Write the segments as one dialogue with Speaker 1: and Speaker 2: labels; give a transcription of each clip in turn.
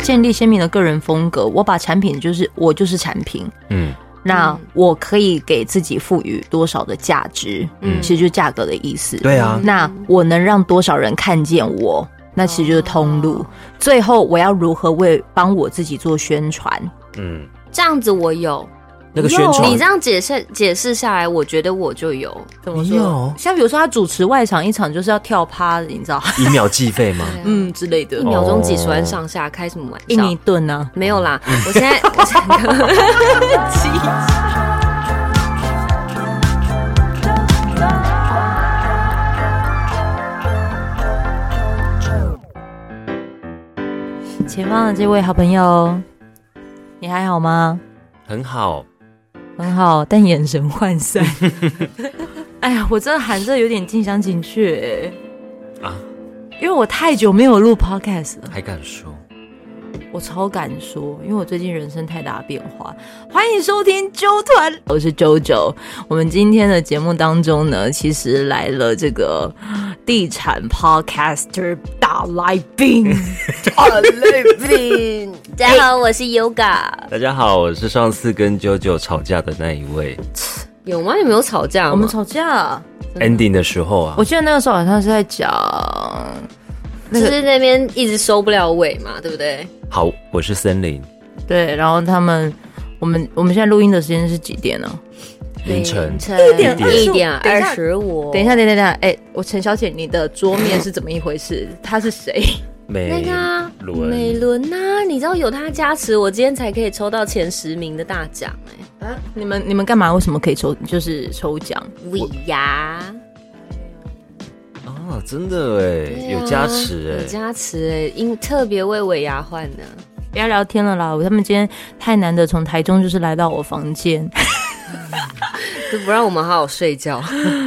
Speaker 1: 建立鲜明的个人风格，我把产品就是我就是产品，
Speaker 2: 嗯
Speaker 1: 那
Speaker 3: 嗯
Speaker 1: 我可以给自己赋予多少的价值，
Speaker 2: 嗯
Speaker 1: 其实就是价格的意思。
Speaker 2: 对啊，
Speaker 1: 那我能让多少人看见我？那其实就是通路
Speaker 3: 哦。
Speaker 1: 最后，我要如何为帮我自己做宣传？
Speaker 2: 嗯，
Speaker 3: 这样子我有。
Speaker 2: 那个宣传
Speaker 3: 你这样解释解释下来，我觉得我就有。
Speaker 1: 怎
Speaker 2: 么说你有
Speaker 1: 像比如说，他主持外场一场就是要跳趴，你知道，
Speaker 2: 以秒计费吗？
Speaker 1: 嗯之类的
Speaker 3: 一，秒钟几十万上下，开什么玩
Speaker 1: 印尼
Speaker 3: 笑？
Speaker 1: 盾呢？
Speaker 3: 没有啦，
Speaker 2: 嗯
Speaker 3: 我现在我现在
Speaker 1: 前方的这位好朋友，你还好吗？
Speaker 2: 很好，
Speaker 1: 很好，但眼神涣散。 哎呀，我真的含着有点近乡情怯、欸、
Speaker 2: 啊
Speaker 1: 因为我太久没有录 podcast 了，
Speaker 2: 还敢说？
Speaker 1: 我超敢说，因为我最近人生太大的变化。欢迎收听啾团，我是啾啾。我们今天的节目当中呢，其实来了这个呃地产 podcaster 大来宾，大来 宾。
Speaker 3: 大家好，我是 Yoga。
Speaker 2: 大家好，我是上次跟九九吵架的那一位
Speaker 3: 有吗？你没有吵架 吗？
Speaker 1: 我们吵架，
Speaker 2: ，ending 的时候啊
Speaker 1: 我，记得那个时候好像是在讲那
Speaker 3: 就
Speaker 1: 个
Speaker 3: 是那边一直收不了尾嘛，对不对？
Speaker 2: 好，我是森林，
Speaker 1: 对，然后他们，我们我们现在录音的时间是几点呢？
Speaker 2: 凌晨
Speaker 3: 一
Speaker 1: 点
Speaker 3: 一点啊
Speaker 1: 25等一
Speaker 3: 二
Speaker 1: 下
Speaker 3: 十五。
Speaker 1: 等一下，等一下，等一下，哎、我陈小姐，你的桌面是怎么一回事？她是谁？
Speaker 3: 那
Speaker 2: 美
Speaker 3: 个啊
Speaker 2: 伦
Speaker 3: 美伦呐、你知道有他加持，我今天才可以抽到前十名的大奖哎、
Speaker 1: 啊，你们你们干嘛？为什么可以抽？就是抽奖？
Speaker 3: 尾牙
Speaker 2: 啊，真的哎，
Speaker 3: 对啊
Speaker 2: 有加持
Speaker 3: 有
Speaker 2: 哎，
Speaker 3: 加持哎、因特别为尾牙换的。
Speaker 1: 不要聊天了啦！我他们今天太难得从台中就是来到我房间，
Speaker 3: 就不让我们好好睡觉。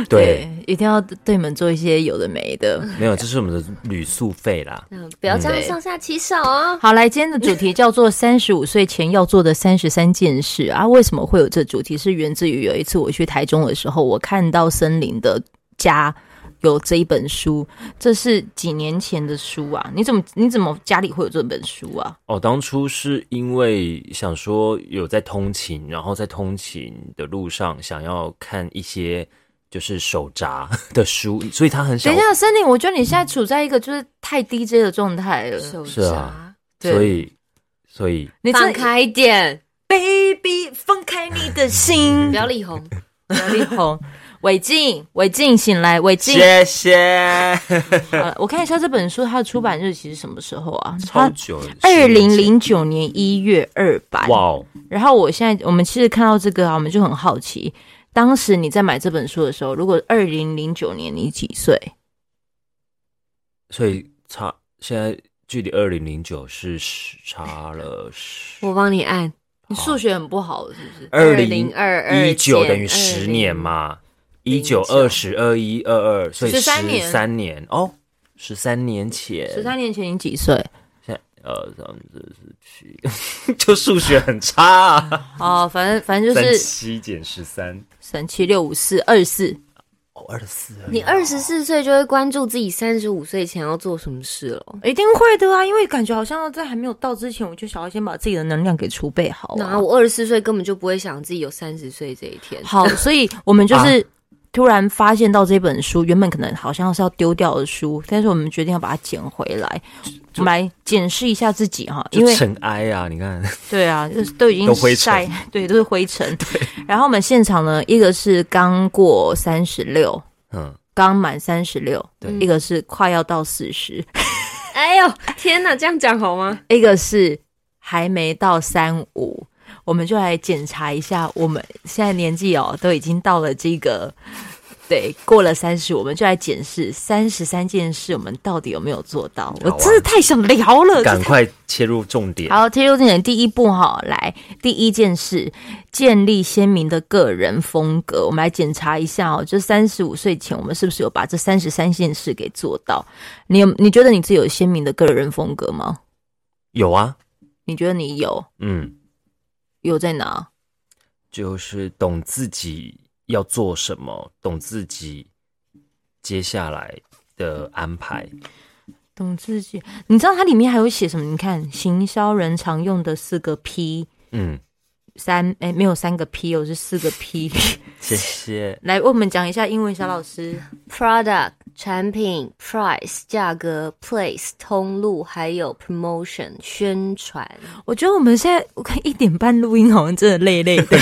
Speaker 2: 对，，
Speaker 1: 一定要对你们做一些有的没的。
Speaker 2: 没有，这是我们的旅宿费啦。
Speaker 3: 嗯， 不要这样
Speaker 1: 对
Speaker 3: 上下其手哦。
Speaker 1: 好，来，今天的主题叫做三十五岁前要做的三十三件事啊。为什么会有这主题？是源自于有一次我去台中的时候，我看到森林的家有这一本书，这是几年前的书啊。你怎么你怎么家里会有这本书啊？
Speaker 2: 哦，当初是因为想说有在通勤，然后在通勤的路上想要看一些就是手札的书，所以他很
Speaker 1: 等
Speaker 2: 想
Speaker 1: 一，下，森林，我觉得你现在处在一个就是太 DJ 的状态了。
Speaker 3: 手
Speaker 2: 是啊
Speaker 3: 札，
Speaker 1: 对
Speaker 2: 所以所以
Speaker 1: 你真
Speaker 3: 放开一点，
Speaker 1: ，baby，放开你的心
Speaker 3: 不。要力宏。
Speaker 1: 刘力宏，韦静，韦静醒来，韦静。
Speaker 2: 谢谢，
Speaker 1: 好了，我看一下这本书它的出版日期是什么时候啊？
Speaker 2: 超
Speaker 1: 它
Speaker 2: 久了，
Speaker 1: 二零
Speaker 2: 10年
Speaker 1: 零九年一月二版
Speaker 2: 前，。哇哦，
Speaker 1: 然后我现在我们其实看到这个啊，我们就很好奇，当时你在买这本书的时候，如果二零零九年你几岁？
Speaker 2: 所以差现在距离二零零九是十差了十，
Speaker 3: 我帮你按
Speaker 1: 你数学很不好是不是？
Speaker 2: 二零
Speaker 3: 2022
Speaker 2: 一九等于
Speaker 3: 减
Speaker 2: 十
Speaker 3: 20
Speaker 2: 年嘛，一九二十二一二二，所以
Speaker 1: 13年
Speaker 2: 三年哦，十三年前，
Speaker 1: 十三年前你几岁？
Speaker 2: 现在呃三四十七， 就数学很差、啊，
Speaker 1: 哦，反正反正就
Speaker 2: 三
Speaker 1: 是
Speaker 2: 七减十三，
Speaker 1: 三七六五四二四。
Speaker 2: 哦二十四，
Speaker 3: 你二十四岁就会关注自己三十五岁前要做什么事了。
Speaker 1: 一定会的啊，因为感觉好像在还没有到之前，我就想要先把自己的能量给储备好、啊
Speaker 3: 那我二十四岁根本就不会想自己有三十岁这一天。
Speaker 1: 好，所以我们 就是突然发现到这本书，原本可能好像是要丢掉的书，但是我们决定要把它捡回来，我们来检视一下自己哈，因
Speaker 2: 就
Speaker 1: 为
Speaker 2: 尘埃啊，你看，
Speaker 1: 对啊，就是都已经
Speaker 2: 都灰尘
Speaker 1: 晒， 对，都是灰尘。 然后我们现场呢，一个是刚过三十六，
Speaker 2: 嗯，
Speaker 1: 刚满三十六，
Speaker 2: 对
Speaker 1: 一个是快要到四十，
Speaker 3: 哎呦，天哪，这样讲好吗？
Speaker 1: 一个是还没到三五，我们就来检查一下，我们现在年纪哦，都已经到了这个，对，过了三十，我们就来检视三十三件事，我们到底有没有做到？
Speaker 2: 啊
Speaker 1: 我真的太想聊了，
Speaker 2: 赶快切入重点，
Speaker 1: 好，切入重点，第一步哈，来，第一件事，建立鲜明的个人风格。我们来检查一下哦，就三十五岁前，我们是不是有把这三十三件事给做到？你有你觉得你自己有鲜明的个人风格吗？
Speaker 2: 有啊，
Speaker 1: 你觉得你有
Speaker 2: 嗯，
Speaker 1: 有在哪？
Speaker 2: 就是懂自己要做什么，懂自己接下来的安排，
Speaker 1: 懂自己，你知道它里面还有写什么？你看，行销人常用的四个 P，
Speaker 2: 嗯，
Speaker 1: 三哎、没有三个 P 哦，是四个 P。
Speaker 2: 谢谢。
Speaker 1: 来为我们讲一下英文小老师。
Speaker 3: product 产品、price 价格、place 通路，还有 promotion 宣传。
Speaker 1: 我觉得我们现在我看一点半录音好像真的累累的，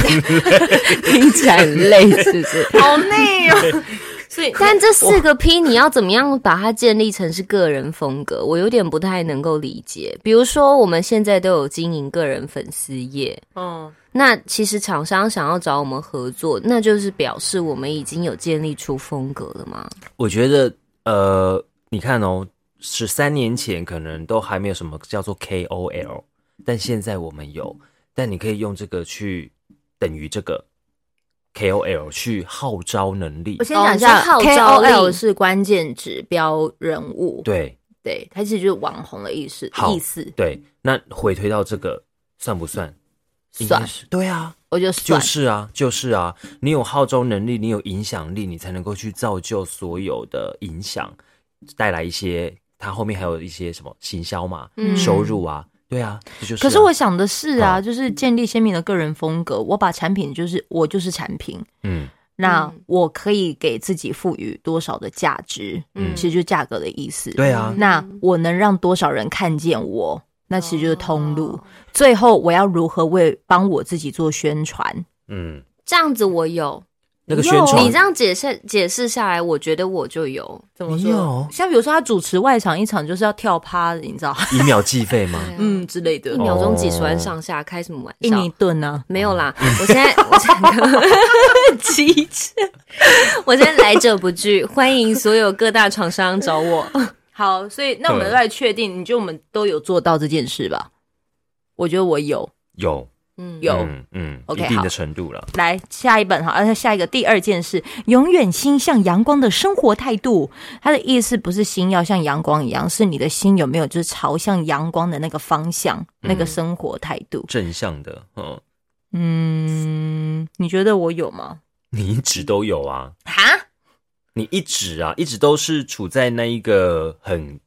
Speaker 1: 听起来很累，是不是？ 好累哦。 所以，
Speaker 3: 但这四个 P 你要怎么样把它建立成是个人风格？我有点不太能够理解。比如说，我们现在都有经营个人粉丝页，
Speaker 1: 嗯，
Speaker 3: 那其实厂商想要找我们合作，那就是表示我们已经有建立出风格了吗？
Speaker 2: 我觉得，呃，你看哦，十三年前可能都还没有什么叫做 KOL，但现在我们有，但你可以用这个去等于这个 KOL 去号召能力
Speaker 1: 我。先讲一下、
Speaker 3: 哦是号召力
Speaker 1: KOL 是关键指标人物，
Speaker 2: 对
Speaker 1: 对，它其实就是网红的意思
Speaker 2: 好
Speaker 1: 意思，
Speaker 2: 对，那回推到这个算不算？应该
Speaker 1: 算
Speaker 2: 是对啊，
Speaker 1: 我就
Speaker 2: 就
Speaker 1: 算。
Speaker 2: 是啊，就是啊，你有号召能力，你有影响力，你才能够去造就所有的影响，带来一些。它后面还有一些什么行销嘛，
Speaker 1: 嗯
Speaker 2: 收入啊，对啊，这就是啊、
Speaker 1: 可是我想的是啊，
Speaker 2: 好
Speaker 1: 就是建立鲜明的个人风格。我把产品就是我就是产品，
Speaker 2: 嗯
Speaker 1: 那
Speaker 3: 嗯
Speaker 1: 我可以给自己赋予多少的价值，
Speaker 2: 嗯
Speaker 1: 其实就是价格的意思。，
Speaker 2: 对啊，
Speaker 1: 那我能让多少人看见我，那其实就是通路。最后我要如何为帮我自己做宣传？
Speaker 2: 嗯，
Speaker 3: 这样子我有。
Speaker 2: 那个宣
Speaker 1: 有
Speaker 2: 传
Speaker 3: 你这样解释解释下来，我觉得我就有。
Speaker 1: 怎么
Speaker 2: 你有
Speaker 1: 说？像比如说他主持外场一场就是要跳趴，你知道，
Speaker 2: 以秒计费吗？
Speaker 1: 嗯之类
Speaker 3: 一
Speaker 1: 的，
Speaker 3: 秒钟几十万上下，开什么玩
Speaker 1: 印尼
Speaker 3: 笑？
Speaker 1: 盾啊呢、
Speaker 3: 没有啦，我现在 我现在机智，我现在来者不拒，欢迎所有各大厂商找我。
Speaker 1: 好，所以那我们
Speaker 2: 对
Speaker 1: 来确定，你觉得我们都有做到这件事吧？我觉得我有。
Speaker 2: 有
Speaker 3: 嗯，
Speaker 1: 有
Speaker 2: 嗯嗯
Speaker 1: OK，
Speaker 2: 一定
Speaker 1: 好
Speaker 2: 的程度了。
Speaker 1: 来下一本哈，而且下一个第二件事，永远心向阳光的生活态度。它的意思不是心要像阳光一样，是你的心有没有就是朝向阳光的那个方向，那个生活态度。
Speaker 2: 正向的，嗯，
Speaker 1: 嗯，你觉得我有吗？
Speaker 2: 你一直都有啊，
Speaker 3: 哈，
Speaker 2: 你一直啊，一直都是处在那一个很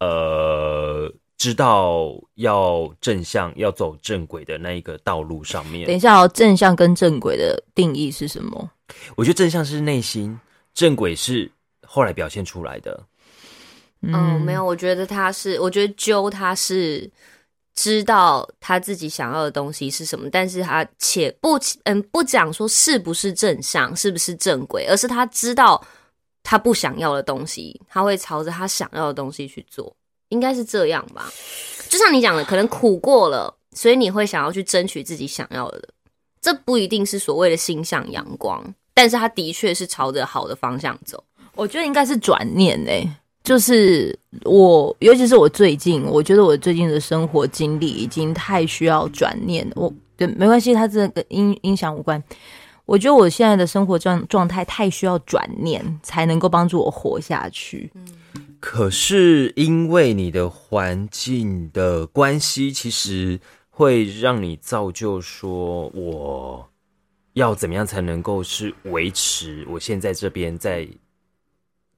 Speaker 2: 呃，知道要正向、要走正轨的那一个道路上
Speaker 1: 等一
Speaker 2: 面。
Speaker 1: 下、哦，正向跟正轨的定义是什么？
Speaker 2: 我觉得正向是内心，正轨是后来表现出来的。
Speaker 3: 嗯，没有，我觉得他是，我觉得揪他是知道他自己想要的东西是什么，但是他且不嗯不讲说是不是正向，是不是正轨，而是他知道他不想要的东西，他会朝着他想要的东西去做，应该是这样吧？就像你讲的，可能苦过了，所以你会想要去争取自己想要的，这不一定是所谓的心向阳光。但是他的确是朝着好的方向走，
Speaker 1: 我觉得应该是转念诶、就是我，尤其是我最近，我觉得我最近的生活经历已经太需要转念了。我对，没关系，它这个音音响无关。我觉得我现在的生活状状态太需要转念，才能够帮助我活下去。
Speaker 2: 可是因为你的环境的关系，其实会让你造就说我要怎么样才能够是维持我现在这边在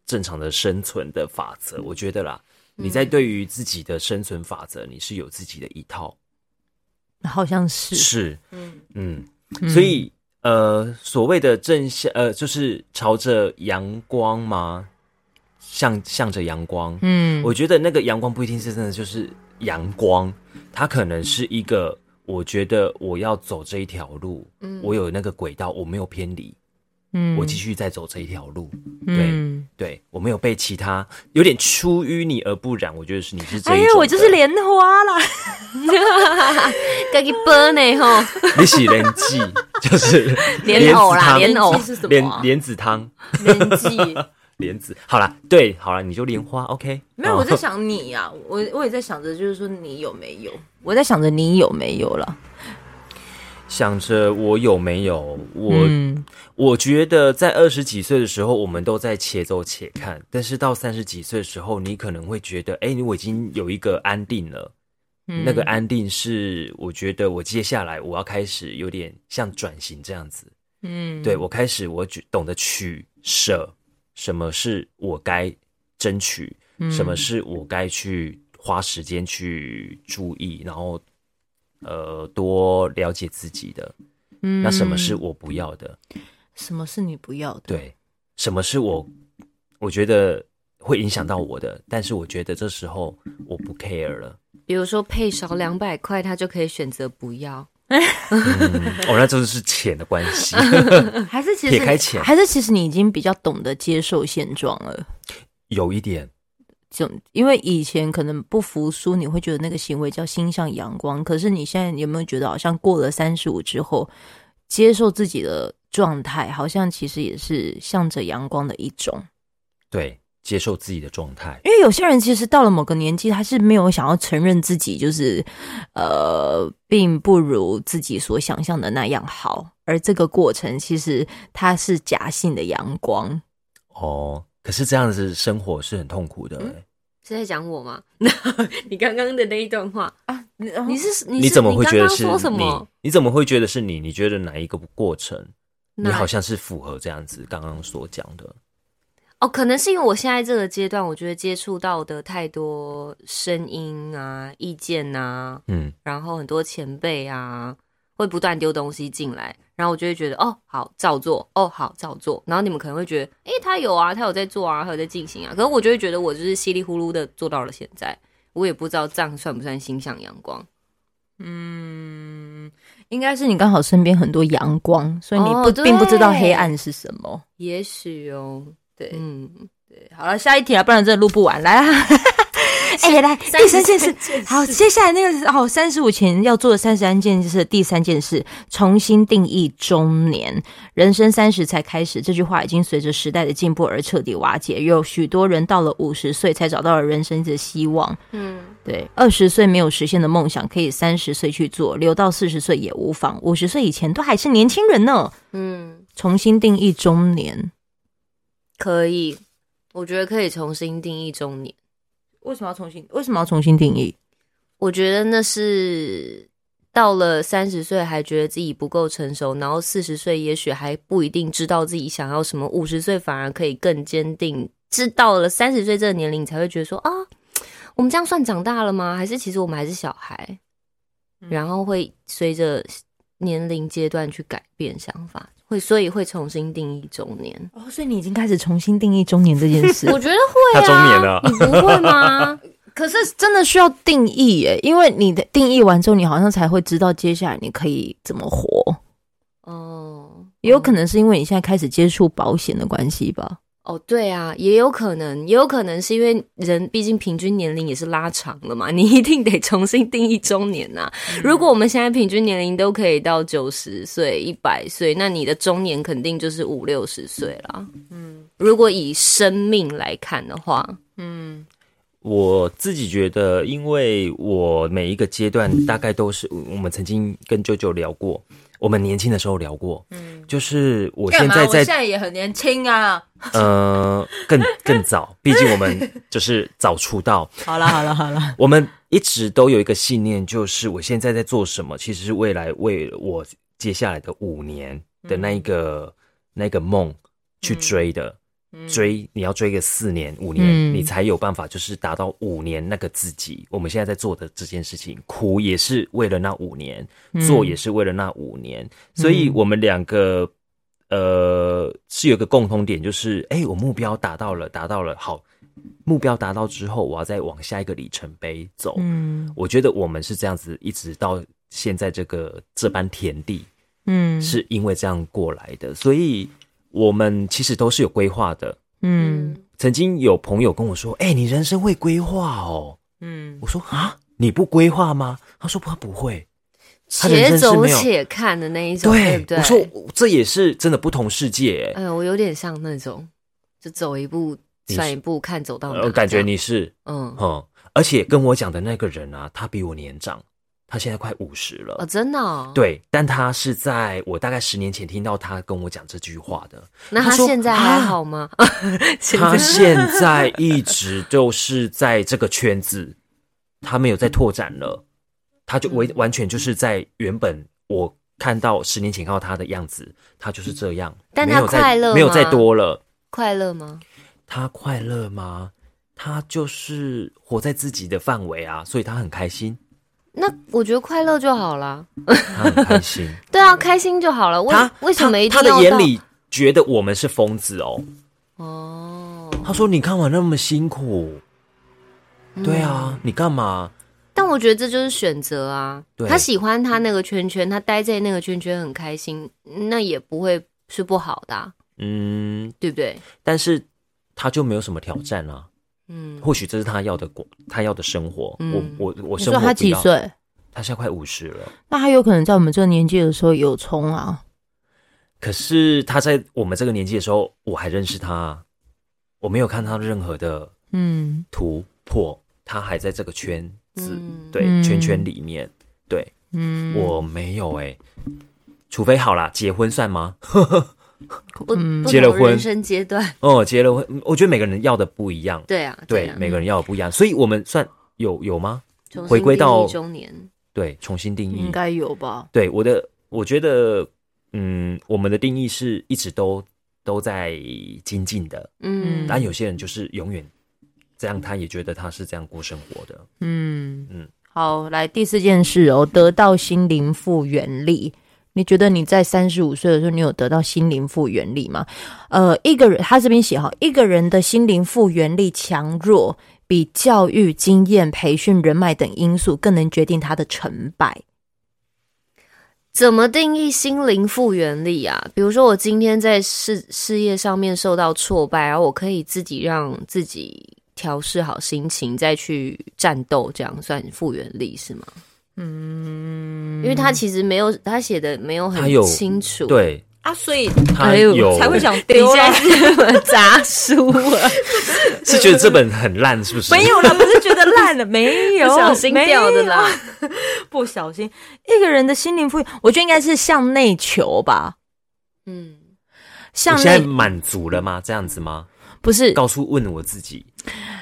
Speaker 2: 正常的生存的法则。我觉得啦，你在对于自己的生存法则，你是有自己的一套，
Speaker 1: 好像是，
Speaker 2: 是，嗯
Speaker 1: 嗯
Speaker 2: 所以呃，所谓的正向，呃，就是朝着阳光吗？向向着阳光，
Speaker 1: 嗯，
Speaker 2: 我觉得那个阳光不一定是真的就是阳光，它可能是一个，我觉得我要走这一条路，
Speaker 3: 嗯
Speaker 2: 我有那个轨道，我没有偏离，
Speaker 1: 嗯
Speaker 2: 我继续在走这一条路，
Speaker 1: 嗯，
Speaker 2: 对我没有被其他有点出淤泥而不染，我觉得是你是这
Speaker 1: 哎
Speaker 2: 一
Speaker 1: 呀
Speaker 2: 种，
Speaker 1: 我就是
Speaker 2: 的
Speaker 1: 莲花啦，
Speaker 3: 该给崩呢吼。
Speaker 2: 你洗人 记，就是
Speaker 3: 莲藕啦
Speaker 2: 莲
Speaker 3: 莲
Speaker 2: 子
Speaker 3: 藕
Speaker 1: 是什
Speaker 2: 汤
Speaker 1: 么啊
Speaker 2: 莲？莲子汤，
Speaker 1: 莲记。
Speaker 2: 莲子好啦，对，好啦，你就莲花，OK，
Speaker 1: 没有，我在
Speaker 2: 哦
Speaker 1: 想你呀、我我也在想着，就是说你有没有？我在想着你有没有了。
Speaker 2: 想着我有没有我。
Speaker 1: 嗯
Speaker 2: 我觉得在二十几岁的时候，我们都在且走且看，但是到三十几岁的时候，你可能会觉得，哎、你我已经有一个安定了。
Speaker 1: 嗯
Speaker 2: 那个安定是，我觉得我接下来我要开始有点像转型这样子，
Speaker 1: 嗯，
Speaker 2: 对我开始我觉懂得取舍，什么是我该争取，
Speaker 1: 嗯
Speaker 2: 什么是我该去花时间去注意，然后呃多了解自己的，
Speaker 1: 嗯
Speaker 2: 那什么是我不要的？
Speaker 1: 什么是你不要的？，
Speaker 2: 对，什么是我我觉得会影响到我的，但是我觉得这时候我不 care 了。
Speaker 3: 比如说配少两百块，他就可以选择不要。
Speaker 2: 嗯，哦，那就是钱的关系。
Speaker 1: 嗯还是其实
Speaker 2: 撇开钱
Speaker 1: 还是其实你已经比较懂得接受现状了。
Speaker 2: 有一点，
Speaker 1: 就因为以前可能不服输，你会觉得那个行为叫心向阳光。可是你现在有没有觉得，好像过了三十五之后，接受自己的状态，好像其实也是向着阳光的一种。
Speaker 2: 对，接受自己的状态。
Speaker 1: 因为有些人其实到了某个年纪，他是没有想要承认自己就是呃，并不如自己所想象的那样好，而这个过程其实它是假性的阳光。
Speaker 2: 哦，可是这样子生活是很痛苦
Speaker 3: 嗯
Speaker 2: 的欸、
Speaker 3: 是在讲我吗？ 你刚刚的那一段话，
Speaker 1: 啊哦
Speaker 3: 你是你是
Speaker 2: 你怎么会觉得是
Speaker 3: 你刚刚说什么？
Speaker 2: 你怎么会觉得是你？你觉得哪一个过程，你
Speaker 3: 哪
Speaker 2: 好像是符合这样子刚刚所讲的？
Speaker 3: 哦，可能是因为我现在这个阶段，我觉得接触到的太多声音啊、意见啊，
Speaker 2: 嗯，
Speaker 3: 然后很多前辈啊会不断丢东西进来，然后我就会觉得哦好照做，哦好照做，然后你们可能会觉得，诶，他有啊，他有在做啊，他有在进行啊，可是我就会觉得我就是稀里糊涂的做到了现在，我也不知道这样算不算心向阳光。
Speaker 1: 嗯，应该是你刚好身边很多阳光，所以你不、
Speaker 3: 哦对
Speaker 1: 并不知道黑暗是什么。
Speaker 3: 也许哦，
Speaker 1: 对
Speaker 3: 嗯，
Speaker 1: 好了，下一题了，啊不然真的录不完。来 啊，哎、来第 三件事。好，接下来那个是哦，三十五前要做的三十三件事，第三件事，重新定义中年。人生三十才开始，这句话已经随着时代的进步而彻底瓦解。有许多人到了五十岁才找到了人生的希望。
Speaker 3: 嗯，
Speaker 1: 对，二十岁没有实现的梦想，可以三十岁去做，留到四十岁也无妨。五十岁以前都还是年轻人呢。
Speaker 3: 嗯，
Speaker 1: 重新定义中年，
Speaker 3: 可以，我觉得可以重新定义中年。
Speaker 1: 为什么要重新？为什么要重新定义？
Speaker 3: 我觉得那是到了三十岁还觉得自己不够成熟，然后四十岁也许还不一定知道自己想要什么，五十岁反而可以更坚定。是到了三十岁这个年龄，你才会觉得说啊，我们这样算长大了吗？还是其实我们还是小孩？然后会随着年龄阶段去改变想法，会所以会重新定义中年。
Speaker 1: 哦，所以你已经开始重新定义中年这件事。
Speaker 3: 我觉得会、
Speaker 2: 他
Speaker 3: 啊，
Speaker 2: 中年了
Speaker 3: 你不会吗？
Speaker 1: 可是真的需要定义耶，因为你的定义完之后，你好像才会知道接下来你可以怎么活。
Speaker 3: 哦，
Speaker 1: 也有可能是因为你现在开始接触保险的关系吧。
Speaker 3: 哦，对啊，也有可能，也有可能是因为人毕竟平均年龄也是拉长了嘛， 你一定得重新定义中年呐、如果我们现在平均年龄都可以到九十岁、一百岁，那你的中年肯定就是五六十岁啦。嗯，如果以生命来看的话，
Speaker 1: 嗯，
Speaker 2: 我自己觉得，因为我每一个阶段大概都是我们曾经跟舅舅聊过，我们年轻的时候聊过，嗯，就是我现在在
Speaker 1: 在也很年轻啊。
Speaker 2: 呃更更早，毕竟我们就是早出道，
Speaker 1: 好了好了好了，
Speaker 2: 我们一直都有一个信念，就是我现在在做什么，其实是未来为我接下来的五年的那一个、那个梦去追的。追你要追个四年五年，
Speaker 1: 嗯
Speaker 2: 你才有办法就是达到五年那个自己。我们现在在做的这件事情，苦也是为了那五年，做也是为了那五年。所以我们两个呃是有一个共同点，就是哎、诶我目标达到了，达到了，好，目标达到之后，我要再往下一个里程碑走。
Speaker 1: 嗯
Speaker 2: 我觉得我们是这样子，一直到现在这个这般田地，
Speaker 1: 嗯
Speaker 2: 是因为这样过来的，所以我们其实都是有规划的。
Speaker 1: 嗯
Speaker 2: 曾经有朋友跟我说：“哎、你人生会规划哦。”
Speaker 1: 嗯
Speaker 2: 我说：“啊，你不规划吗？”他说：“不，他不会。”他人
Speaker 3: 且
Speaker 2: 生是
Speaker 3: 走
Speaker 2: 没有
Speaker 3: 且看的那一种，对不对？
Speaker 2: 我说我这也是真的不同世界、
Speaker 3: 哎呦，我有点像那种，就走一步
Speaker 2: 你
Speaker 3: 算
Speaker 2: 是
Speaker 3: 一步，看走到
Speaker 2: 我
Speaker 3: 哪。
Speaker 2: 呃感
Speaker 3: 这
Speaker 2: 觉
Speaker 3: 样，
Speaker 2: 你是，
Speaker 3: 嗯，
Speaker 2: 嗯，而且跟我讲的那个人啊，他比我年长，他现在快五十了。
Speaker 3: 哦，真的、哦，，
Speaker 2: 对，但他是在我大概十年前听到他跟我讲这句话的。
Speaker 3: 那
Speaker 2: 他
Speaker 3: 他
Speaker 2: 说
Speaker 3: 现在还
Speaker 2: 啊
Speaker 3: 好吗？ 现
Speaker 2: 他
Speaker 3: 在
Speaker 2: 现在一直就是在这个圈子，他没有在拓展了，他就
Speaker 3: 嗯
Speaker 2: 完完全就是在原本我看到十年前看到他的样子，他就是这样，
Speaker 3: 但
Speaker 2: 没
Speaker 3: 他
Speaker 2: 有再
Speaker 3: 快乐
Speaker 2: 没有再
Speaker 3: 吗
Speaker 2: 多了。
Speaker 3: 快乐吗？
Speaker 2: 他快乐吗？他就是活在自己的范围啊，所以他很开心，
Speaker 3: 那我觉得快乐就好了。
Speaker 2: 他很开心。
Speaker 3: 对啊，开心就好了。为
Speaker 2: 他
Speaker 3: 为什么一定
Speaker 2: 他
Speaker 3: 要
Speaker 2: 他
Speaker 3: 到
Speaker 2: 的眼里觉得我们是疯子哦？
Speaker 3: 哦？
Speaker 2: 他说：“你看我那么辛苦，
Speaker 1: 嗯
Speaker 2: 对啊，你干嘛？
Speaker 3: 但我觉得这就是选择啊
Speaker 2: 对。
Speaker 3: 他喜欢他那个圈圈，他待在那个圈圈很开心，那也不会是不好的啊、
Speaker 2: 嗯，
Speaker 3: 对不对？
Speaker 2: 但是他就没有什么挑战啊。
Speaker 3: 嗯，
Speaker 2: 或许这是他要的过，他要的生活。
Speaker 3: 嗯
Speaker 2: 我我我
Speaker 1: 你
Speaker 2: 生
Speaker 1: 说
Speaker 2: 活
Speaker 1: 他
Speaker 2: 不
Speaker 1: 几
Speaker 2: 要？
Speaker 1: 岁？
Speaker 2: 他现在快五十了，
Speaker 1: 那他有可能在我们这个年纪的时候有冲啊。
Speaker 2: 可是他在我们这个年纪的时候，我还认识他，我没有看他任何的
Speaker 1: 嗯，
Speaker 2: 突破，他还在这个圈子，
Speaker 3: 嗯
Speaker 2: 对、
Speaker 1: 嗯
Speaker 2: 圈圈里面，对、
Speaker 1: 嗯，
Speaker 2: 我没有哎、除非好啦，结婚算吗？
Speaker 3: 不
Speaker 1: 嗯
Speaker 3: 不
Speaker 2: 结了
Speaker 3: 同人
Speaker 2: 婚
Speaker 3: 生阶段，
Speaker 2: 哦，结了婚，嗯我觉得每个人要的不一样，
Speaker 3: 对啊，
Speaker 2: 对，
Speaker 3: 啊，
Speaker 2: 每个人要的不一样，所以我们算有有吗？
Speaker 3: 重新
Speaker 2: 回归
Speaker 3: 定义
Speaker 2: 到
Speaker 3: 中年，
Speaker 2: 对，重新定义
Speaker 1: 应该有吧。
Speaker 2: 对我的，我觉得，嗯，我们的定义是一直都都在精进的，
Speaker 3: 嗯，
Speaker 2: 但有些人就是永远这样，他也觉得他是这样过生活的。
Speaker 1: 嗯嗯
Speaker 2: 嗯，
Speaker 1: 好，来第四件事哦，得到心灵复原力。你觉得你在三十五岁的时候，你有得到心灵复原力吗？呃，一个人他这边写哈，一个人的心灵复原力强弱，比教育、经验、培训、人脉等因素更能决定他的成败。
Speaker 3: 怎么定义心灵复原力啊？比如说，我今天在事事业上面受到挫败，然后我可以自己让自己调试好心情，再去战斗，这样算复原力是吗？嗯，因为他其实没有他写的没有
Speaker 2: 他
Speaker 3: 很
Speaker 2: 有
Speaker 3: 清楚，，
Speaker 2: 对
Speaker 1: 啊，所以
Speaker 2: 他有、
Speaker 1: 想
Speaker 3: 你 现在是杂书啊，
Speaker 2: 是觉得这本很烂，是不是？
Speaker 1: 没有啦，不是觉得烂了，没有，啊
Speaker 3: 不小心掉的 啦。
Speaker 1: 不小心，一个人的心灵复原，我觉得应该是向内求吧，
Speaker 3: 嗯，
Speaker 1: 向
Speaker 2: 我现在
Speaker 1: 内
Speaker 2: 满足了吗？这样子吗？
Speaker 1: 不是
Speaker 2: 告诉问我自己，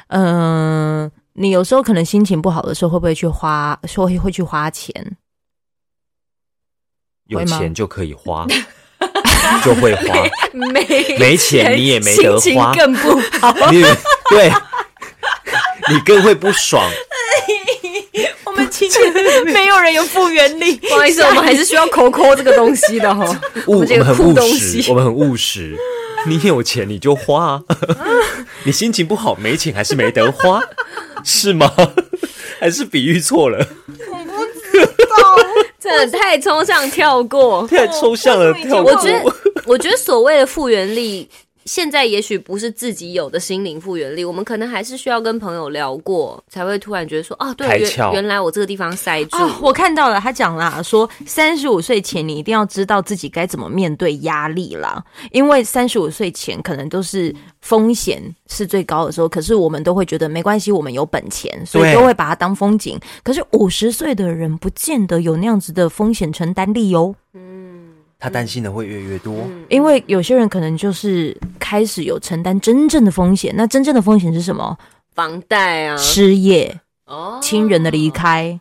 Speaker 1: 嗯、你有时候可能心情不好的时候，会不会去花，说会会去花钱？
Speaker 2: 有
Speaker 1: 会吗
Speaker 2: 钱就可 以花，就会花，
Speaker 3: 没
Speaker 2: 没钱你也没得
Speaker 3: 心情
Speaker 2: 花
Speaker 3: 更不好。
Speaker 2: 你对，你更会不爽。
Speaker 1: 我们其实 没有人有复原力。
Speaker 3: 不好意思，我们还是需要抠抠这个东西 的哦。
Speaker 2: 务
Speaker 3: 我
Speaker 2: 我
Speaker 3: 们这个
Speaker 2: 们很
Speaker 3: 酷
Speaker 2: 务
Speaker 3: 东
Speaker 2: 实，
Speaker 3: 西
Speaker 2: 我们很务实。你有钱你就花、啊，你心情不好没钱还是没得花，是吗？ 还是比喻错
Speaker 3: 哦
Speaker 2: 了？
Speaker 3: 这太抽象，跳过。
Speaker 2: 太抽象了，跳
Speaker 3: 我
Speaker 2: 过。
Speaker 3: 觉得，我觉得所谓的复原力，现在也许不是自己有的心灵复原力，我们可能还是需要跟朋友聊过，才会突然觉得说，哦，对，
Speaker 2: 开
Speaker 3: 原
Speaker 2: 窍
Speaker 3: 原来我这个地方塞 住。
Speaker 1: 啊，我看到了，他讲啦，说三十五岁前你一定要知道自己该怎么面对压力啦，因为三十五岁前可能都是风险是最高的时候，可是我们都会觉得没关系，我们有本钱，所以
Speaker 2: 对
Speaker 1: 都会把它当风景。可是五十岁的人不见得有那样子的风险承担力哦。
Speaker 3: 嗯，
Speaker 2: 他担心的会越来越多，
Speaker 1: 因为有些人可能就是开始有承担真正的风险，那真正的风险是什么？
Speaker 3: 房贷啊，
Speaker 1: 失业、
Speaker 3: 哦，
Speaker 1: 亲人的离，开，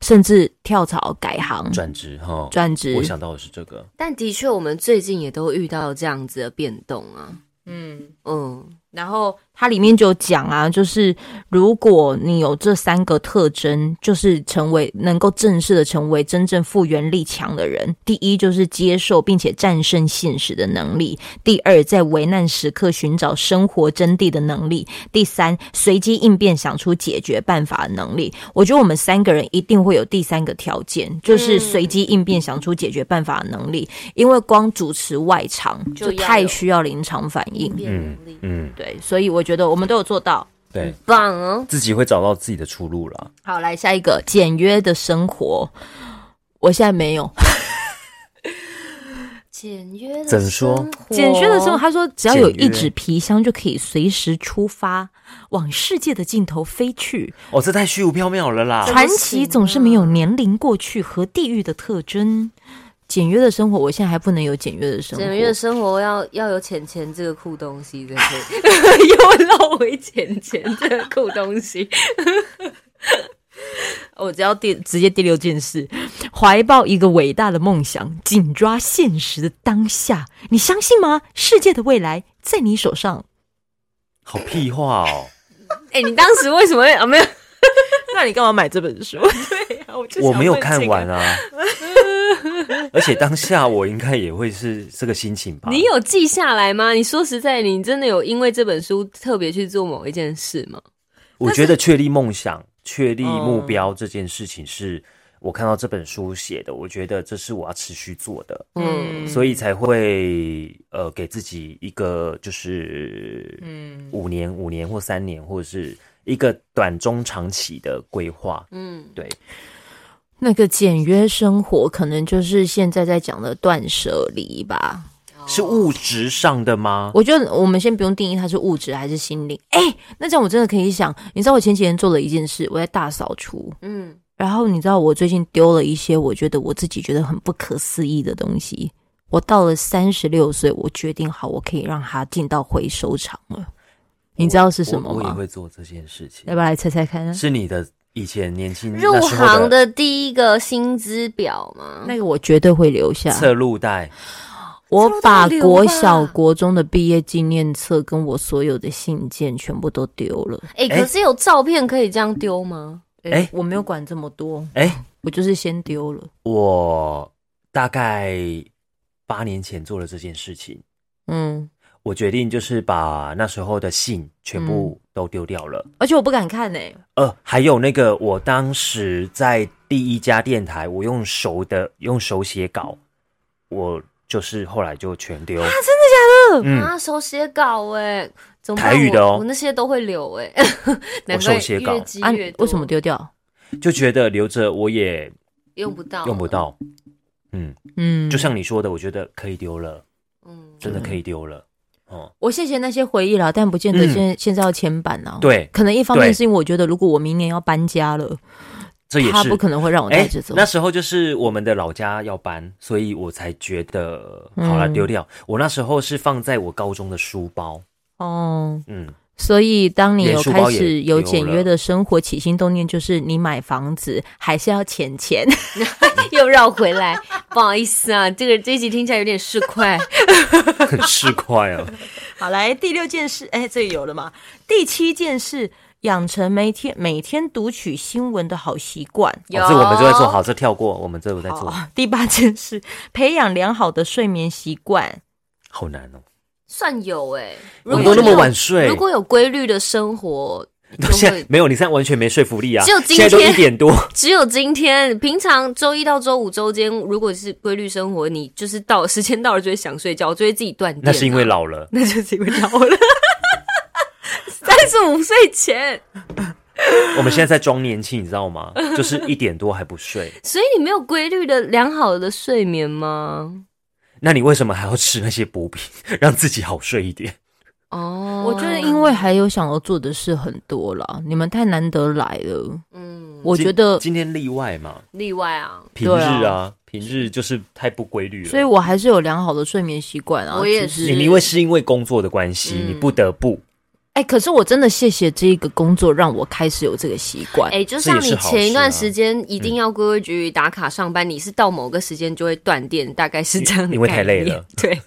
Speaker 1: 甚至跳槽、改行、
Speaker 2: 转职哈。
Speaker 1: 转职
Speaker 2: 我。想到的是这个，
Speaker 3: 但的确，我们最近也都遇到这样子的变动啊。
Speaker 1: 嗯，
Speaker 3: 嗯，
Speaker 1: 然后它里面就有讲啊，就是如果你有这三个特征，就是成为能够正式的成为真正复原力强的人。第一就是接受并且战胜现实的能力；第二，在危难时刻寻找生活真谛的能力；第三，随机应变想出解决办法的能力。我觉得我们三个人一定会有第三个条件，就是
Speaker 3: 嗯
Speaker 1: 随机应变想出解决办法的能力，因为光主持外场
Speaker 3: 嗯就
Speaker 1: 就
Speaker 3: 要
Speaker 1: 太
Speaker 3: 有
Speaker 1: 需要临场反应。
Speaker 3: 变
Speaker 2: 嗯
Speaker 3: 能力，
Speaker 2: 嗯，
Speaker 1: 对，所以我觉得我们都有做到。
Speaker 2: 对
Speaker 3: 棒哦。
Speaker 2: 自己会找到自己的出路啦。
Speaker 1: 好，来下一个简约的生活。我现在没有
Speaker 3: 简约的
Speaker 2: 怎么说
Speaker 3: 生 活
Speaker 1: 简约的生活，他说只要有一
Speaker 2: 简约
Speaker 1: 纸皮箱就可以随时出发，往世界的尽头飞去。
Speaker 2: 哦，这太虚无缥缈了啦
Speaker 3: 怎。么
Speaker 1: 传
Speaker 3: 行
Speaker 1: 奇
Speaker 3: 啊
Speaker 1: 总是没有年龄、过去和地域的特征。简约的生活，我现在还不能有简约的生活。
Speaker 3: 简 约的生活要要有钱钱这个酷东西， 对不对？又绕回钱钱这个酷东西。
Speaker 1: 哦我只要第直接第六件事，怀抱一个伟大的梦想，紧抓现实的当下。你相信吗？世界的未来在你手上。
Speaker 2: 好屁话哦，
Speaker 3: 哎、你当时为什么会啊？没有，
Speaker 1: 那你干嘛买这本书？ 对呀、我就
Speaker 2: 我没有看完 啊，而且当下我应该也会是这个心情吧。
Speaker 3: 你有记下来吗？你说实在，你真的有因为这本书特别去做某一件事吗？
Speaker 2: 我觉得确立梦想、确立目标这件事情是。我看到这本书写的，我觉得这是我要持续做的，
Speaker 3: 嗯
Speaker 2: 所以才会呃给自己一个就是
Speaker 1: 嗯
Speaker 2: 五年、五年或三年，或者是一个短中长期的规划。
Speaker 3: 嗯，
Speaker 2: 对，
Speaker 1: 那个简约生活，可能就是现在在讲的断舍离吧。
Speaker 3: 哦
Speaker 2: 是物质上的吗？
Speaker 1: 哦我觉得我们先不用定义它是物质还是心灵。哎、那这样我真的可以想，你知道我前几天做了一件事，我在大扫除，
Speaker 3: 嗯，
Speaker 1: 然后你知道我最近丢了一些我觉得我自己觉得很不可思议的东西。我到了三十六岁，我决定好，我可以让它进到回收场了。你知道是什么
Speaker 2: 我我也
Speaker 1: 吗？
Speaker 2: 会做这件事情
Speaker 1: 要，不要来猜猜看？啊
Speaker 2: 是你的以前年轻
Speaker 3: 入
Speaker 2: 那时候
Speaker 3: 行的第一个薪资表嘛，
Speaker 1: 那个我绝对会留下。
Speaker 2: 侧录带，
Speaker 1: 我把国
Speaker 3: 这都
Speaker 1: 小、
Speaker 3: 留吧
Speaker 1: 国中的毕业纪念册跟我所有的信件全部都丢了。
Speaker 3: 哎、
Speaker 2: 哎
Speaker 3: 可是有照片可以这样丢吗？
Speaker 2: 哎
Speaker 1: 我没有管这么多，
Speaker 2: 哎、
Speaker 1: 我就是先丢了。
Speaker 2: 我大概八年前做了这件事情。
Speaker 1: 嗯，
Speaker 2: 我决定就是把那时候的信全部都丢掉了。
Speaker 1: 而且我不敢看欸呢、
Speaker 2: 呃，还有那个，我当时在第一家电台，我用手的用手写稿，我就是后来就全丢。啊，真的假的？嗯，
Speaker 3: 啊，手写稿哎、怎么办
Speaker 2: 台语的哦
Speaker 3: 我？我那些都会留哎、难
Speaker 2: 我
Speaker 3: 怪
Speaker 2: 手写稿
Speaker 3: 越积
Speaker 1: 啊，
Speaker 3: 越
Speaker 1: 你
Speaker 3: 多
Speaker 1: 为什么丢掉？
Speaker 2: 就觉得留着我也
Speaker 3: 用不到？
Speaker 2: 用不，到。哦嗯，
Speaker 1: 嗯，
Speaker 2: 就像你说的，我觉得可以丢了，
Speaker 3: 嗯，
Speaker 2: 真的可以丢了。哦，
Speaker 1: 我谢谢那些回忆啦，但不见得现现在要签版啊。，
Speaker 2: 嗯对，
Speaker 1: 可能一方面
Speaker 2: 对
Speaker 1: 是因为我觉得，如果我明年要搬家了，
Speaker 2: 这也
Speaker 1: 他
Speaker 2: 是哎
Speaker 1: 不。可能会让我带着走。
Speaker 2: 那时候就是我们的老家要搬，所以我才觉得好了
Speaker 1: 嗯
Speaker 2: 丢掉。我那时候是放在我高中的书包，
Speaker 1: 哦，
Speaker 2: 嗯，
Speaker 1: 所以当你
Speaker 2: 连
Speaker 1: 有
Speaker 2: 书
Speaker 1: 开
Speaker 2: 包也
Speaker 1: 始有简
Speaker 2: 丢了
Speaker 1: 约的生活，起心动念就是你买房子还是要钱钱。
Speaker 3: 又绕回来， 不好意思啊，这个这一集听起来有点 市侩。
Speaker 2: 哦很市侩 哦。
Speaker 1: 好，来第六件事，哎，这里有了吗？第七件事，养成每天每天读取新闻的好习惯。
Speaker 3: 有
Speaker 2: 哦这我们就会做好，这跳过，我们这我在做，
Speaker 1: 哦，第八件事，培养良好的睡眠习惯。
Speaker 2: 好难哦。
Speaker 3: 算有哎、
Speaker 2: 我
Speaker 3: 如
Speaker 2: 们
Speaker 3: 果
Speaker 2: 都那么
Speaker 3: 有
Speaker 2: 晚睡，
Speaker 3: 如果有规律的生活，
Speaker 2: 到
Speaker 3: 就
Speaker 2: 现
Speaker 3: 会
Speaker 2: 在没有，你现在完全没说服力啊！
Speaker 3: 只有今
Speaker 2: 现在都
Speaker 3: 天
Speaker 2: 一 点多，
Speaker 3: 只有今天，平常周一到周五周间，如果是规律生活，你就是到时间到了就会想睡觉，就会自己断电。
Speaker 2: 那是因 为老了。
Speaker 3: 那就是因为老了，三十五岁前，
Speaker 2: 我们现在在装年轻，你知道 吗？就是一点多还不睡，
Speaker 3: 所以你没有规律的良好的睡眠吗？
Speaker 2: 那你为什么还要吃那些补品，让自己好睡一点？
Speaker 3: 哦，
Speaker 1: 我觉得，因为还有想要做的事很多啦，你们太难得来了。
Speaker 3: 嗯，
Speaker 1: 我觉得，
Speaker 2: 今今天例外嘛，
Speaker 3: 例 外啊，
Speaker 2: 平日
Speaker 1: 对
Speaker 2: 啊，平日就是太不规律了。
Speaker 1: 所以我还是有良好的睡眠习惯啊。
Speaker 3: 我也
Speaker 1: 只
Speaker 3: 是
Speaker 2: 你因为是因为工作的关系，
Speaker 3: 嗯
Speaker 2: 你不得不
Speaker 1: 哎、可是我真的谢谢这一个工作，让我开始有这个习惯。
Speaker 3: 哎、就像
Speaker 2: 这也
Speaker 3: 你
Speaker 2: 是好事啊
Speaker 3: 前一段时间一定要规规矩矩打卡上班，你是到某个时间就会断电，大概是这样的
Speaker 2: 因为太累
Speaker 3: 概念
Speaker 2: 了。
Speaker 3: 对，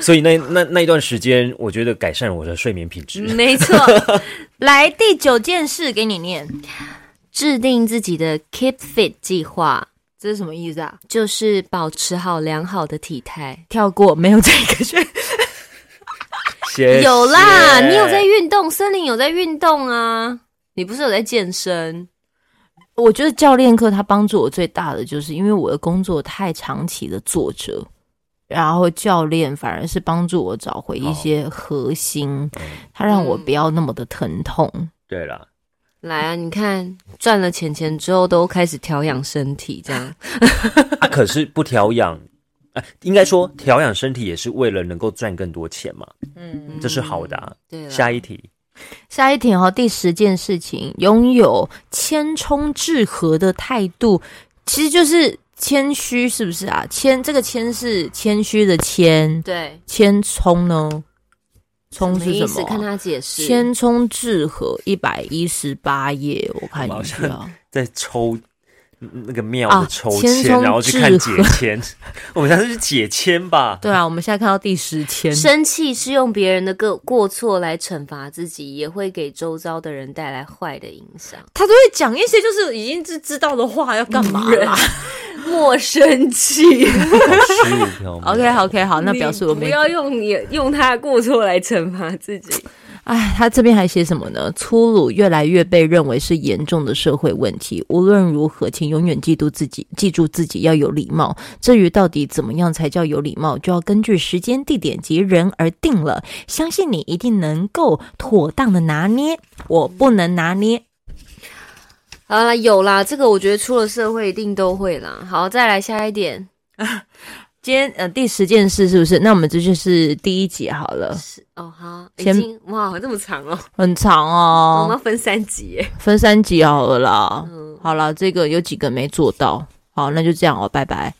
Speaker 2: 所以那那那一段时间，我觉得改善我的睡眠品
Speaker 1: 嗯
Speaker 2: 质。
Speaker 3: 没错，
Speaker 1: 来，第九件事给你念，
Speaker 3: 制定自己的 Keep Fit 计划，
Speaker 1: 这是什么意思啊？
Speaker 3: 就是保持好良好的体态。
Speaker 1: 跳过，没有这个 选。
Speaker 2: 谢谢
Speaker 3: 有啦，你有在运动，森林有在运动啊，你不是有在健身？
Speaker 1: 我觉得教练课它帮助我最大的，就是因为我的工作太长期的坐着，然后教练反而是帮助我找回一些核心，它让我不要那么的疼痛。
Speaker 2: 对啦，
Speaker 3: 来啊，你看赚了钱钱之后都开始调养身体，这 样
Speaker 2: 啊，可是不调养，哎、应该说调养身体也是为了能够赚更多钱嘛，
Speaker 1: 嗯，
Speaker 2: 这是好的、啊。
Speaker 3: 对了。
Speaker 2: 下一题，
Speaker 1: 下一题哈、第十件事情，拥有谦冲致和的态度，其实就是谦虚，是不是啊？谦这个谦是谦虚的谦，
Speaker 3: 对，
Speaker 1: 谦冲呢？冲是
Speaker 3: 意
Speaker 1: 什么
Speaker 3: 思？
Speaker 1: 啊？
Speaker 3: 看他解释。
Speaker 1: 千冲至和一百一十八页，我看一下，
Speaker 2: 在抽那个庙
Speaker 1: 啊
Speaker 2: 的抽
Speaker 1: 千
Speaker 2: 签，
Speaker 1: 松
Speaker 2: 然后去看
Speaker 1: 智
Speaker 2: 解
Speaker 1: 和
Speaker 2: 签。 我们下次去解签吧。
Speaker 1: 对啊，我们现在看到第十天，
Speaker 3: 生气是用别人的个过错来惩罚自己，也会给周遭的人带来坏的影响。
Speaker 1: 他都会讲一些就是已经是知道的话，要干 嘛啦
Speaker 3: 莫生气
Speaker 2: 好虚无缥缈
Speaker 1: ？OK，好，OK，好，那表示我
Speaker 3: 你
Speaker 1: 没
Speaker 3: 不要用你用他的过错来惩罚自己。
Speaker 1: 哎，他这边还写什么呢？粗鲁越来越被认为是严重的社会问题。无论如何，请永远记住自己，记住自己要有礼貌。至于到底怎么样才叫有礼貌，就要根据时间、地点及人而定了。相信你一定能够妥当的拿捏，我不能拿捏。
Speaker 3: 好啦，有啦，这个我觉得出了社会一定都会啦。好，再来下一点，
Speaker 1: 今天呃第十件事是不是？那我们这就是第一集好了，
Speaker 3: 是哦，好，已
Speaker 1: 先
Speaker 3: 经哇，这么长哦，
Speaker 1: 很长
Speaker 3: 我
Speaker 1: 哦，
Speaker 3: 们要分三集耶。
Speaker 1: 分三集好了啦。
Speaker 3: 嗯，
Speaker 1: 好了，这个有几个没做到，好，那就这样哦，拜拜。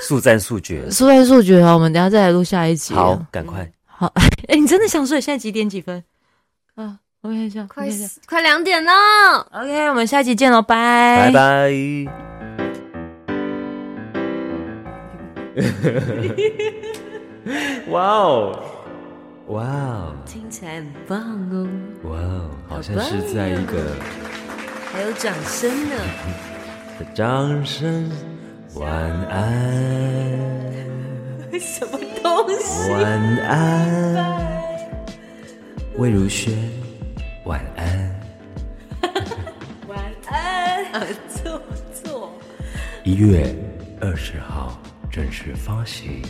Speaker 2: 速战速决。
Speaker 1: 速战速决啊，我们等一下再来录下一集。
Speaker 2: 好，赶快。
Speaker 1: 哎、你真的想睡？现在几点几分？啊，我看一下，我
Speaker 3: 快
Speaker 1: 看一下。
Speaker 3: 死快两点了。
Speaker 1: OK，我们下期见喽，拜
Speaker 2: 拜。拜。哇哦，哇哦，
Speaker 3: 听起来很棒哦，
Speaker 2: 哇哦，好像是在一个
Speaker 3: 还有掌声呢。
Speaker 2: 掌声，晚安，
Speaker 3: 什么东西？
Speaker 2: 晚安，魏如萱，晚安，
Speaker 3: 晚安，啊做做。
Speaker 2: 一月二十号正式发行。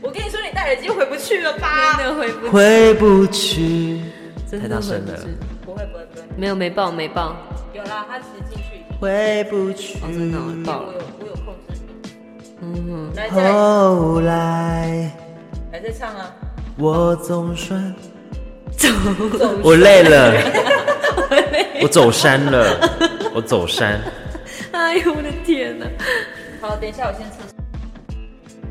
Speaker 1: 我跟你说，你戴耳机回不去了吧？
Speaker 3: 真的回不，
Speaker 2: 回不去，
Speaker 3: 真
Speaker 2: 太
Speaker 3: 的
Speaker 2: 大
Speaker 3: 回
Speaker 2: 声
Speaker 3: 不
Speaker 2: 了
Speaker 3: 去。没有没报没报，
Speaker 1: 有啦，他只进去，
Speaker 2: 回不去。
Speaker 3: 哦真的哦报了。
Speaker 1: 我有控制你。
Speaker 3: 嗯
Speaker 1: 来
Speaker 2: 后来
Speaker 1: 来再唱啊！
Speaker 2: 我总算走，我累了，我走山了，我走山。
Speaker 3: 哼， 哎呦我的天哪！
Speaker 1: 好，等一下我先厕所。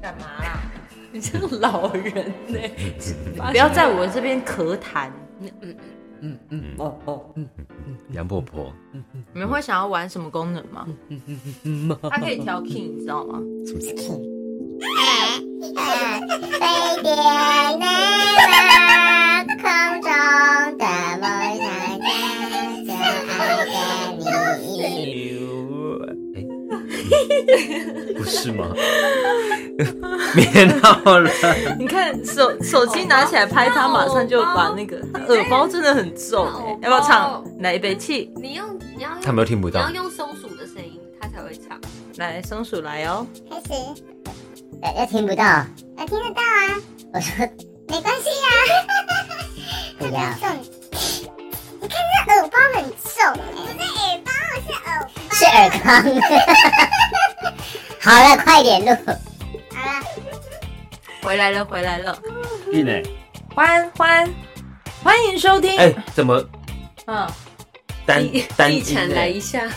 Speaker 1: 干嘛啊啦？
Speaker 3: 你像老人呢、
Speaker 1: 不要在我这边咳痰。
Speaker 3: 哦哦，
Speaker 2: 杨婆婆，
Speaker 1: 你们会想要玩什么功能
Speaker 2: 嗯
Speaker 1: 吗？它可以调 key，你知道吗？
Speaker 4: 飞碟那个空中的梦想家，就爱着你。
Speaker 2: 哎，不是吗？别闹了，
Speaker 1: 你看手手机拿起来拍它，马上就把那个耳包真的很重
Speaker 3: 它
Speaker 1: 哎
Speaker 3: 偶，包
Speaker 1: 要不要唱？来一杯气，
Speaker 3: 你用你要用
Speaker 2: 他们都听不
Speaker 3: 你
Speaker 2: 到
Speaker 3: 要。用松鼠的声音，它才会唱。
Speaker 1: 来松鼠来哦。
Speaker 4: 开始，呃，又听不到，呃，听得到啊。我说没关系啊，不要送。 你看这耳包很重，不是耳包，是耳 包，是耳光。好了，快点录。好了。
Speaker 1: 回来了，回来了，
Speaker 2: 玉磊，
Speaker 1: 欢欢，欢迎收听。
Speaker 2: 哎，怎么
Speaker 1: 嗯，
Speaker 2: 单单
Speaker 3: 地产
Speaker 2: 音
Speaker 3: 来
Speaker 2: 哎
Speaker 3: 一下，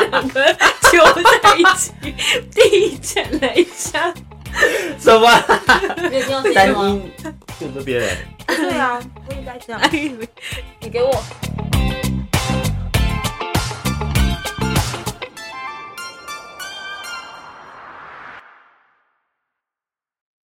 Speaker 3: 两个揪在一起，地产来一下，
Speaker 2: 什么
Speaker 1: 没有听到
Speaker 2: 单音？就这边哎。
Speaker 1: 对啊，不应该这样。
Speaker 3: 哎呦，
Speaker 1: 你给我，